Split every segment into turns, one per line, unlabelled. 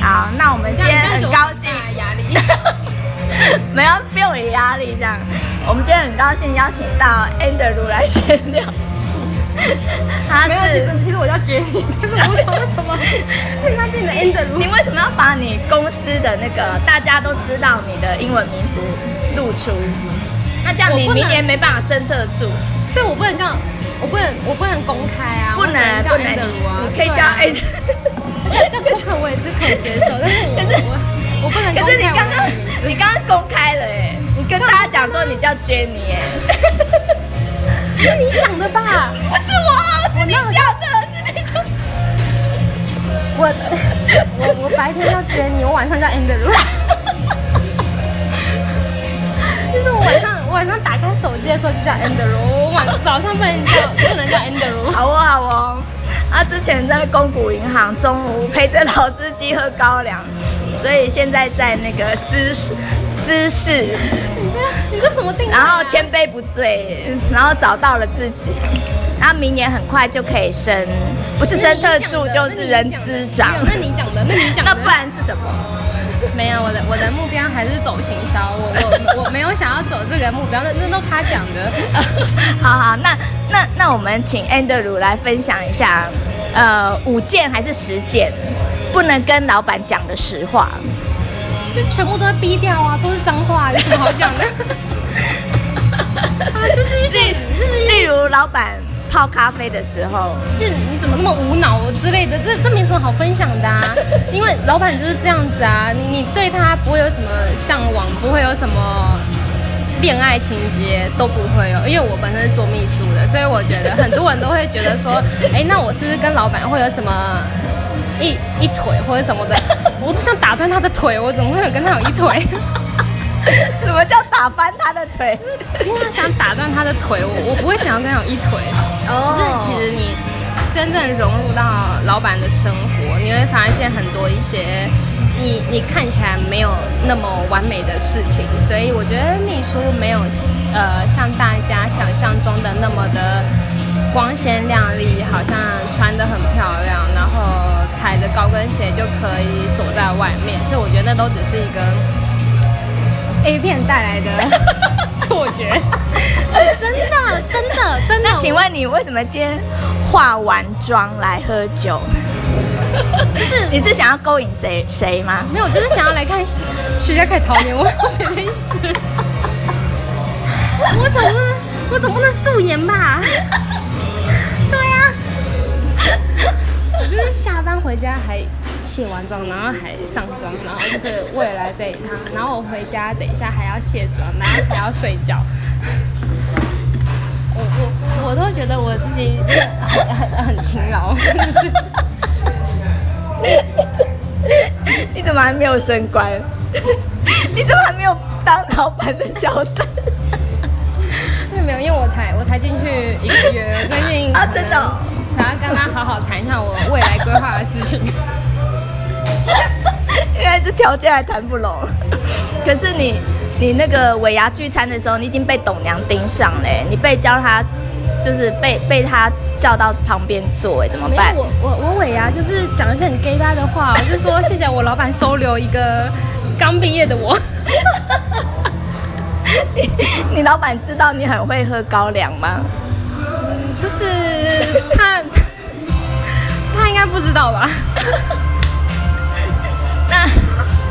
好，那我们今天很高 兴，
压力。
没有不用有压力这样。我们今天很高兴邀请到 Andrew 来闲聊，他
没有，其
是
实其实我叫 Jenny，但是我不知道 为什么 突然变成 End 如
你为什么要把你公司的那个大家都知道你的英文名字露出？那这样你
我不能
明年没办法升特助，
所以我不能这样，我不能我不能公开啊，
不能不
我只叫 End
能
如啊，，
你可以叫 a n d
这这部分我也是可以接 受，但是我我我不能 公
可是你
开
刚
我
刚
的名字。
你刚刚公开了哎、你跟大家讲说你叫 Jenny 哎、
是 你讲的吧？
不是我，是你讲的，是你讲的。
我我我白天叫 Jenny，我晚上叫 Andrew。就是我晚上我晚上打开手机的时候就叫 Andrew，我晚早上不能叫不能叫 Andrew。
好哦，好哦。啊，之前在公股银行中午陪着老司机喝高粱，所以现在在那个私事私事，
你这你这什么定、啊？
然后千杯不醉，然后找到了自己。那明年很快就可以升，不是升特助就是人资长
没有，。那你讲的，那你讲的，
那不然是什么？
没有我的我的目标还是走行销，我我 我没有想要走这个目标，那那都他讲的。
好好，那那那我们请 Andrew 来分享一下，呃，五件还是十件不能跟老板讲的实话？
就全部都会逼掉啊，都是脏话，有什么好讲 的？啊，就是一些，就是
例如老板泡咖啡的时候，
就是你怎么那么无脑之类的，这这没什么好分享的啊。因为老板就是这样子啊，你你对他不会有什么向往，不会有什么恋爱情节都不会有。因为我本身是做秘书的，所以我觉得很多人都会觉得说，哎，那我是不是跟老板会有什么一一腿或者什么的？我都想打断他的腿，我怎么会有跟他有一腿？
什么叫打翻他的腿？
今天想打断他的腿，我我不会想要跟他有一腿。可
哦
是其实你真正融入到老板的生活，你会发现很多一些你你看起来没有那么完美的事情，所以我觉得秘书没有呃像大家想象中的那么的光鲜亮丽，好像穿得很漂亮，然后踩着高跟鞋就可以走在外面，所以我觉得那都只是一个 A 片带来的 错觉。 真的，真的，真的
那，请问你为什么今天化完妆来喝酒？
就是
你是想要勾引谁谁吗？
没有，我就是想要来看徐徐家凯桃年，我没 有别的意思。我总不能，我总不能素颜吧？对呀、我就是下班回家还卸完妆，然后还上妆，然后就是未来这一趟，然后我回家等一下还要卸妆，然后还要睡觉。我我我都觉得我自己真的很很很勤 劳，就是
你怎么还没有升官？ 你怎么还没有当老板的小三？
那没有，因为我才我才进去一个月， 我最近
啊真的哦
想要跟他好好谈一下我未来规划的事 情。
原来是条件还谈不拢。 可是你你那个尾牙聚餐的时候，你已经被董娘盯上嘞、你被叫他就是被被他叫到旁边坐、哎，怎么
没
办
有？我我我尾牙就是讲一些很 gay 吧的话， 我就说谢谢我老板收留一个刚毕业的我。 啊
你老板知道你很会喝高粱吗？
就是他他应该不知道吧？
那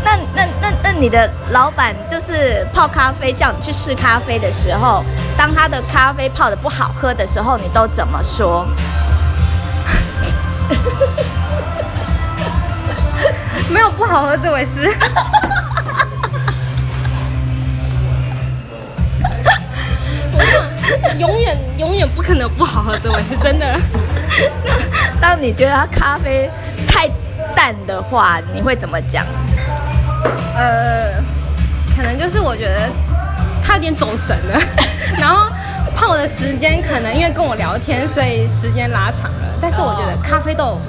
那那那那你的老板就是泡咖啡叫你去试咖啡的时候，当他的咖啡泡的不好喝的时候，你都怎么 说？
没有不好喝这回事。 我想永远永远不可能有不好喝这回事，真的。
当你觉得他咖啡太淡的话，你会怎么讲？
呃，可能就是我觉得他有点走神了， 然后泡的时间可能因为跟我聊天，所以时间拉长了。但是我觉得咖啡豆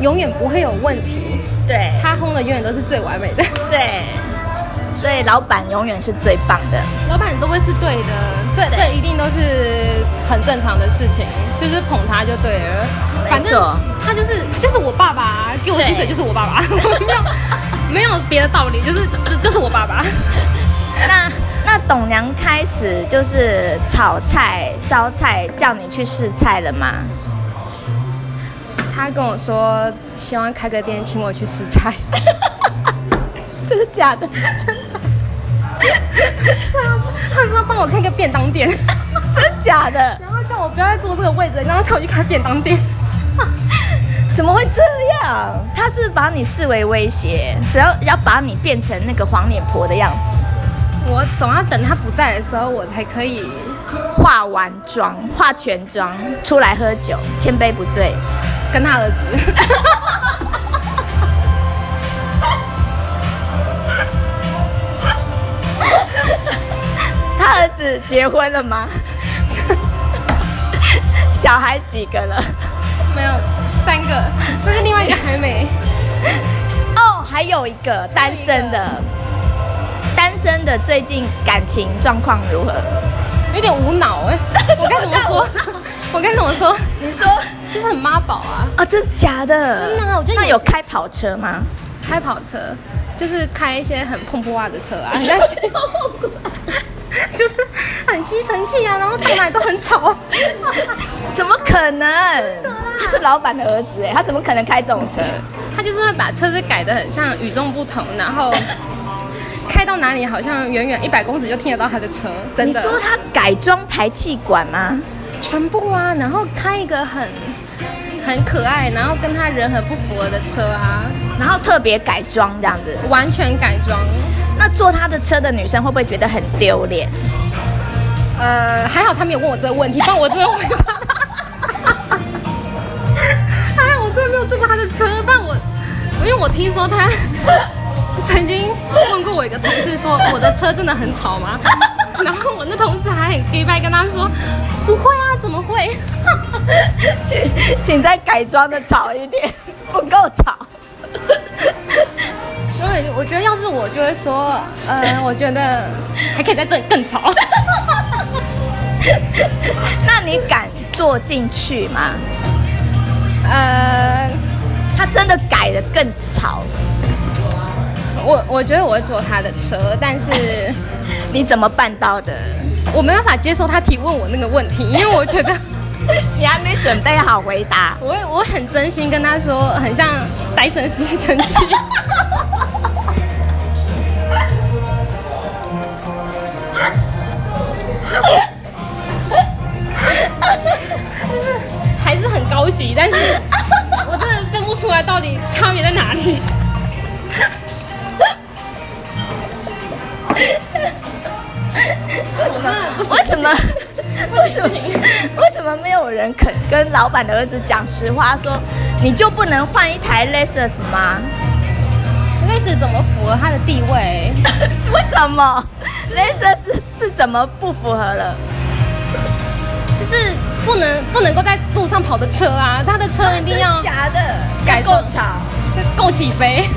永远不会有问题，
对
它烘的永远都是最完美的，
对，所以老板永远是最棒的。
老板都会是对的，这
对
这一定都是很正常的事情，就是捧他就对了。反正
错
他就是就是我爸爸啊，给我薪水
对
就是我爸爸， 没有没有别的道理，就是这就是我爸爸。
那那董娘开始就是炒菜、烧菜，叫你去试菜了吗？
他跟我说希望开个店，请我去试菜。
真的假的？
他说帮我看个便当店，
真的假的？
然后叫我不要再坐这个位置，然后叫我去开便当店。
怎么会这样？他是把你视为威胁，只要要把你变成那个黄脸婆的样子，
我总要等他不在的时候，我才可以。
化完妆、化全妆出来喝酒，千杯不醉。
跟他儿子。
他儿子结婚了吗？ 小孩几个了？
没有三个，但是另外一个还没。
哦，还有一个单身的，单身的最近感情状况如何？
有点无脑哎、我该怎么说？ 我该怎么说？
你说
就是很妈宝啊，
哦，真假的？
真的啊我觉得
那
有
有开跑车吗？
开跑车就是开一些很碰破袜的车啊，很像是 就是很吸尘器啊，然后到哪里都很吵。
怎么可能？他是老板的儿子哎，他怎么可能开这种车？
他就是会把车子改得很像与众不同，然 后开到哪里好像远远一百公尺就听得到他的车，真
你
的。
说他改装排气管吗？
全部啊，然后开一个很很可爱，然后跟他人很不符合的车啊，
然后特别改装这样子，
完全改装。
那坐他的车的女生会不会觉得很丢脸？
呃，还好他没有问我这个问题，不然我真的会骂他。 哎，我真的没有坐过他的车，不然我，因为我听说他 曾经问过我一个同事说，我的车真的很吵吗？ 然后我那同事还很 gay 白跟他说，不会啊，怎么会？
请 请再改装的吵一点， 不够吵。
所以我觉得要是我就会说，呃，我觉得还可以在这里更吵。
那你敢坐进去吗？
呃，
他真的改的更吵，
我我觉得我会坐他的车，但是
你怎么办到的？
我没办法接受他提问我那个问题，因为我觉得
你还没准备好回答。
我我很真心跟他说，很像戴森吸尘器。就是还是很高级，但是我真的分不出来到底差别在哪里。为什么？不行
为什么？
不行不行！
为什么没有人肯跟老板的儿子讲实话说你就不能换一台 Lexus 吗？
类似怎么符合他的地位？
为什么 Lexus 是怎么不符合了？
就是不能不能够在路上跑的车啊，他的车一定要
真假的，
改
够
装
吵。
够起飞。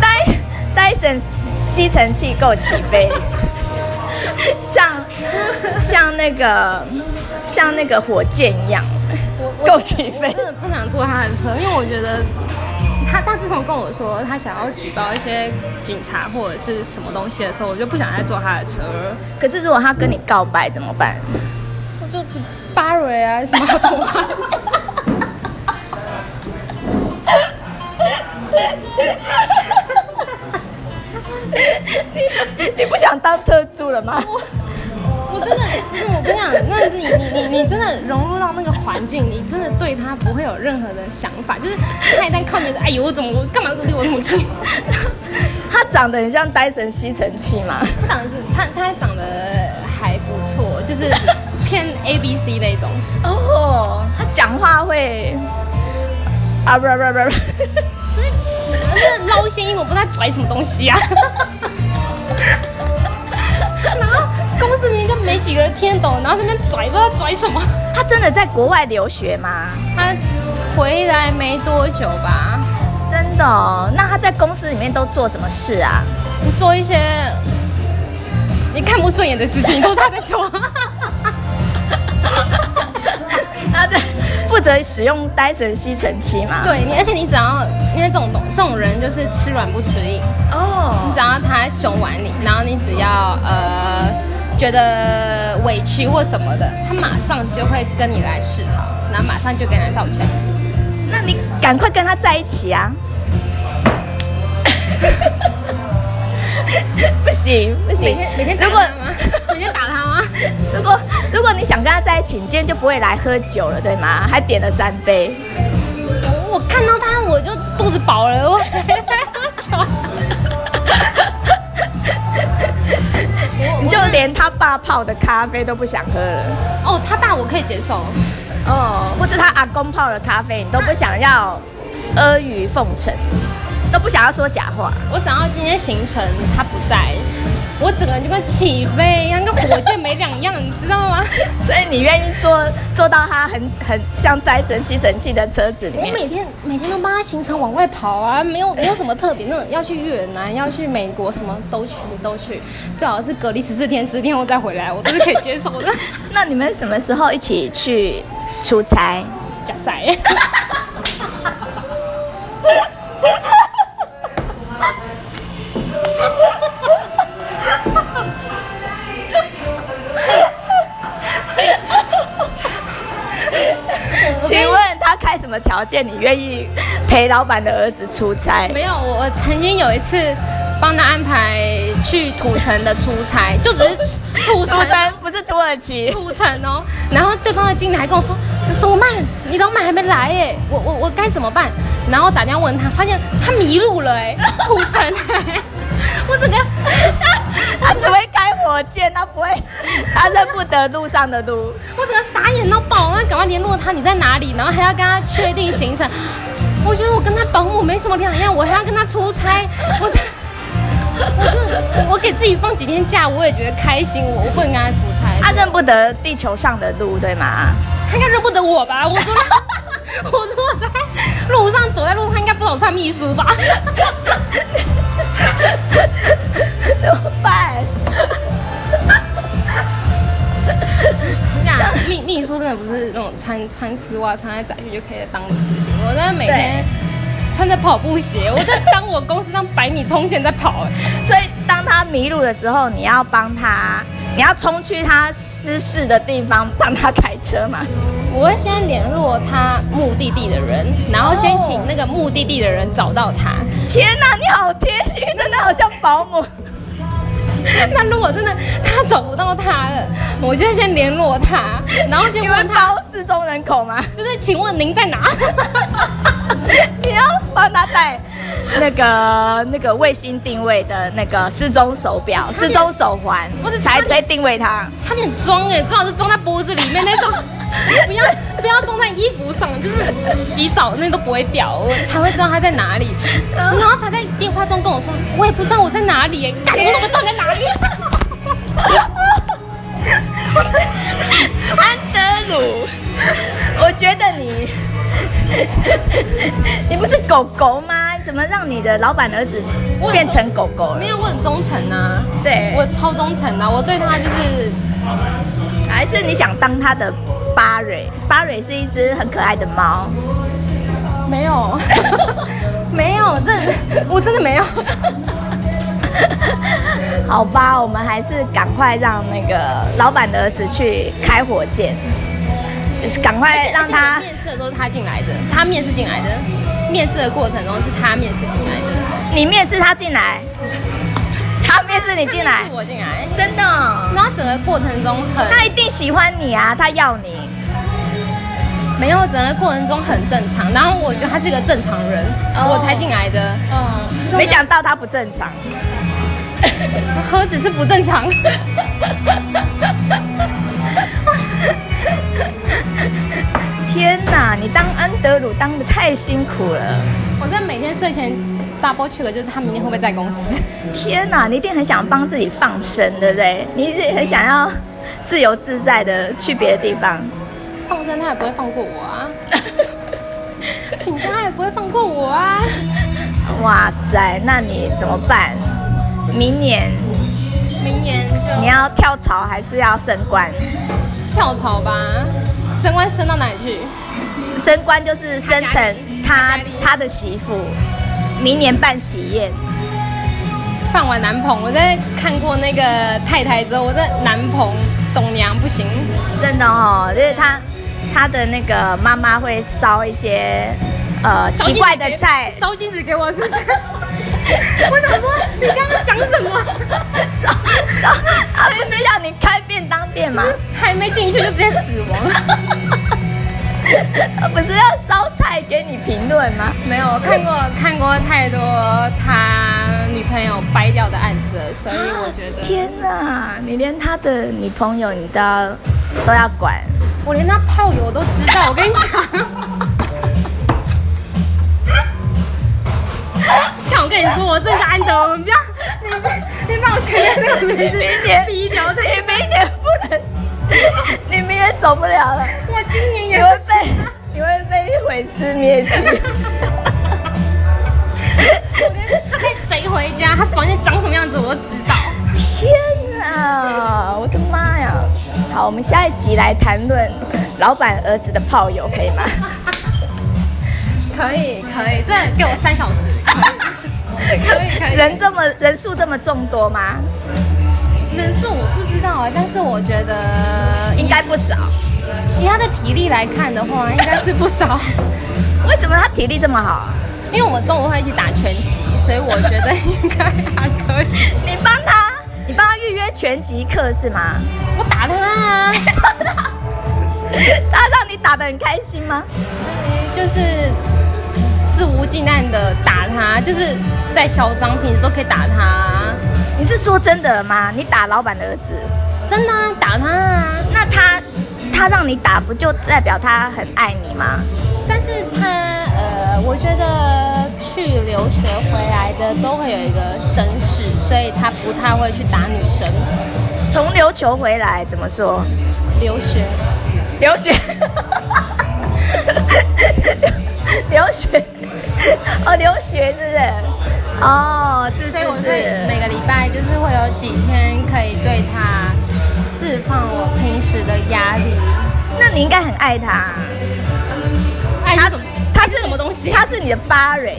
戴戴森吸尘器够起 飞，像像那个像那个火箭一样。
我我
够起飞
我真的不想坐他的车，因为我觉得他他自从跟我说他想要举报一些警察或者是什么东西的时候，我就不想再坐他的车了。
可是如果他跟你告白怎么办？
我就只巴瑞啊，什么好怎么办？
你不想当特助了吗？
我真的，真的，我跟你讲，那你你你你真的融入到那个环境，你真的对他不会有任何的想法，就是他一旦靠你，哎呦，我怎么我干嘛离我那么近？
他长得很像戴森吸尘器吗？
他长得是他他长得还不错，就是偏 A B C 那种，
哦，他讲话会啊不不不 不，
就是就是捞一些英文，不知道在拽什么东西啊。 然后公司明明就没几个人听得懂，然后在那边拽不知道拽什么。
他真的在国外留学吗？
他回来没多久吧，
真的哦，那他在公司里面都做什么事啊？
做一些你看不顺眼的事情都是他在做。
他在负责使用 Dyson 吸尘器嘛？，
对你，而且你只要因为这种东这种人就是吃软不吃硬，
哦
你，只要他凶完你，然后你只要呃觉得委屈或什么的，他马上就会跟你来示好，然后马上就跟人家道歉。
那你赶快跟他在一起 啊！不行不
每
行
天每天，打
如果
他吗？每天打他吗？
如果如果你想跟他在一起，你今天就不会来喝酒了，对吗？还点了三杯，
我看到他我就肚子饱了，我还在喝酒。
你就连他爸泡的咖啡都不想喝了。
哦，他爸我可以接受，
哦，或者他阿公泡的咖啡，你都不想要阿谀奉承，都不想要说假话。
我只要今天行程他不在，我整个人就跟起飞一样，跟火箭没两样，你知道吗？
所以你愿意坐坐到他很很像摘神器神器的车子里
我
面？
每天每天都帮他行程往外跑啊，没有没有什么特别，那种要去越南，要去美国，什么都去都去，最好是隔离十四天，十天后再回来，我都是可以接受的。
那你们什么时候一起去出差？
假塞，
请问他开什么条件？你愿意陪老板的儿子出差？
没有我我曾经有一次帮他安排去土城的出差，就只是土
出
城
差不是土耳其。
路程哦，然后对方的经理还跟我说怎么办？你老板还没来耶，我我我该怎么办？然后打电话问他，发现他迷路了哎，土城 哎，我整个
他只会开火箭，他不会， 他认不得路上的路。
我整个傻眼到爆，那赶快联络他你在哪里，然后还要跟他确定行程。我觉得我跟他保姆没什么两样，我还要跟他出差，我这我这我给自己放几天假，我也觉得开心，我我不能跟他出差。
他认不得地球上的路，对吗？
他应该认不得我吧？我昨天 我如果在路上走在路上，他应该不知道我是他秘书吧？
怎么办？
你想秘秘书真的不是那种穿穿丝袜、穿在窄裙就可以当的事情。我真的每天穿着跑步鞋，我在当我公司当百米冲线在跑、欸
所以当他迷路的时候，你要帮他，你要冲去他失事的地方，帮他开车嘛。
我会先联络他目的地的人，然后先请那个目的地的人找到他。
天哪、你好贴心，真的好像保姆。
那如果真的他找不到他了，我就先联络他，然后先
你
问
们
他，
包失踪人口吗？
就是请问您在哪？
你要帮他带那个那个卫星定位的那个失踪手表、
差
失
点
踪手环
我只，差
才
点
可以定位他。
差点装哎、最好是装在脖子里面那种， 不要不要装在衣服上，就是洗澡那都不会掉，我才会知道他在哪里。然后才在电话中跟我说，我也不知道我在哪里、欸，干我怎么知道你在哪里？
安德鲁，我觉得你， 你不是狗狗吗？怎么让你的老板儿子
我
变成狗狗了
没？有，我很忠诚啊，
对，
我超忠诚的、啊，我对他就是
还是你想当他的巴瑞？巴瑞是一只很可爱的猫，
没有， 没有，这我真的 没有。
好吧，我们还是赶快让那个老板的儿子去开火箭，赶快哎让
而
他
且面试的时候是他进来的，他面试进来的，面试的过程中是他面试进来的，
你面试他进来，他面试你进
他
来
面试，我进来。
真的哦、
然后整个过程中很
他一定喜欢你啊，他要你。
没有，整个过程中很正常。然后我觉得他是一个正常人，
哦
我才进来的。嗯，
没想到他不正常，
何止是不正常，
天哪！你当安德鲁当的太辛苦了，
我在每天睡前 double check 就是他明天会不会在公司。
天哪！你一定很想帮自己放生，对不对？你一定很想要自由自在的去别的地方。
放生他也不会放过我啊，请假他也不会放过我啊。
哇塞，那你怎么办？明年
明年
你
就
要跳槽还是要升官？
跳槽吧，升官升到哪里去？
升官就是升成
他
他
家里
他的媳妇，明年办喜宴。
饭碗难捧。我在看过那个太太之后，我在难捧董娘不行。
真的哦，就是他他的那个妈妈会烧一些呃
烧金
奇
子
怪的
给
菜，
烧金子给我是不 是？我想说你刚刚讲什么？
烧烧，他不是让你开便当店吗？
还没进去就直接死亡？
他不是要烧菜给你评论吗？
没有，我看过看过太多他女朋友掰掉的案子了，所以我觉得
天哪，你连他的女朋友你都要都要管，
我连他炮友都知道。我跟你讲， 看我跟你说，我这个安德，我们不要你你把我前面那个名字
明年
逼掉，我真的
你明年不能，你明年走不了了，
我今年
你
也
会被你会被毁尸灭迹。
他带谁回家，他房间长什么样子我都知道。
天哪，我的妈呀！好，我们下一集来谈论老板儿子的炮友，可以吗？
可以可以，这给我三小时，可以可以可以。
人这么人数这么众多吗？
人数我不知道啊，但是我觉得
应该不少。
以他的体力来看的话，应该是不少。
为什么他体力这么好啊？
因为我们中午会一起打拳击，所以我觉得应该还可以。
你帮他，你帮他预约拳击课是吗？
我打他啊，
他让你打得很开心吗？
呃就是肆无忌惮的打他，就是在嚣张，平时都可以打他啊，
你是说真的吗？你打老板的儿子，
真的啊，打他啊。
那他他让你打，不就代表他很爱你吗？
但是他呃，我觉得去留学回来的都会有一个绅士，所以他不太会去打女生。
从琉球回来怎么说？
留学
留 学，留学，哦，留学是不是？哦，是是
所以我会每
是，
个礼拜就是会有几天可以对他释放我平时的压力。
那你应该很爱他。
爱
他
是什么
他是
什么东西？
他是你的巴蕊，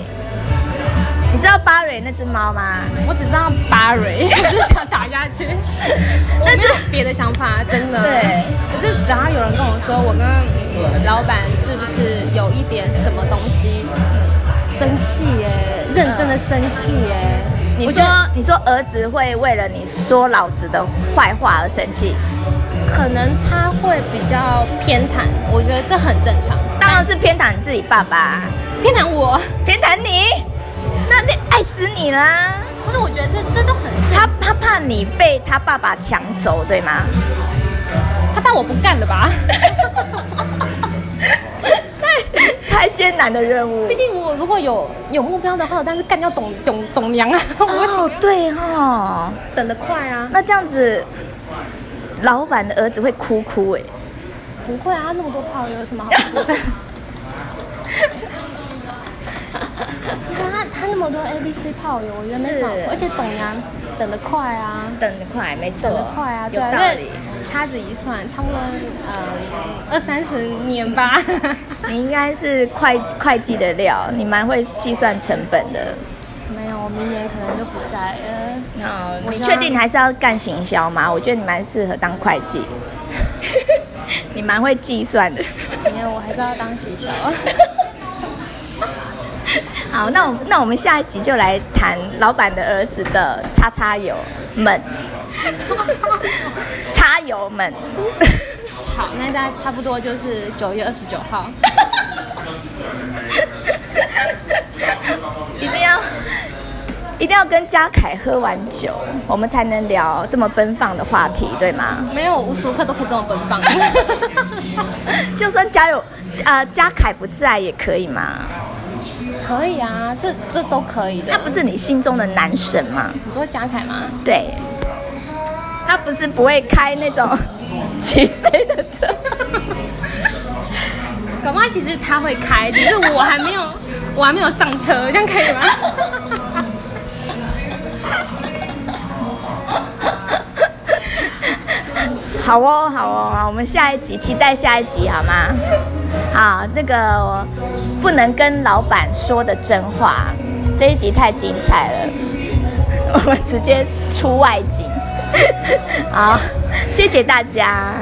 你知道巴蕊那只猫吗？
我只知道 巴蕊，我就是想打下去，我没有别的想法，真的。
对，
可是只要有人跟我说我跟老板是不是有一点什么东西，生气耶，认真的生气耶，
你
我觉
说
得
你说儿子会为了你说老子的坏话而生气，
可能他会比较偏袒，我觉得这很正常，
当然是偏袒你自己爸爸，
偏袒我，
偏袒你，那你爱死你啦！
不是我觉得这这都很正
他
常，
他怕你被他爸爸抢走，对吗？
他怕我不干 了吧？
太艰难的任务
毕。竟我如果有有目标的话，但是干掉董董董娘啊， 我为什么
哦，对哦，
等得快啊？
那这样子，老板的儿子会哭哭哎、
不会啊，他那么多炮友有 什么好哭的？他他那么多 A B C 炮友，我觉得没什么好哭
是，
而且董娘等得快啊，
等得快，没错，
等得快啊，对
哦有
啊，
道理。
那掐指一算，差不多呃二三十年 吧。
你应该是会会计的料，你蛮会计算成本的。
没有，我明年可能就不在呃了。
那
我
你
希望
确定你还是要干行销吗？我觉得你蛮适合当会计，你蛮会计算的。
没有，我还是要当喜 小。
好，那我那我们下一集就来谈老板的儿子的叉叉友们，叉友们。
好，那大家差不多就是九月二十九号。
一定要一定要跟嘉凯喝完酒，我们才能聊这么奔放的话题，对吗？
没有，我无时无刻都可以这么奔放。
就算嘉有呃嘉凯不在也可以嘛，
可以啊，这这都可以的。
他不是你心中的男神吗？
啊你说贾凯吗？
对，他不是不会开那种 起飞的车。
搞不好其实他会开，只是我还没有，我还没有上车，这样可以吗？
好哦，好哦，好我们下一集期待下一集好吗？好，那个我不能跟老板说的真话，这一集太精彩 了，我们直接出外景。好，谢谢大家。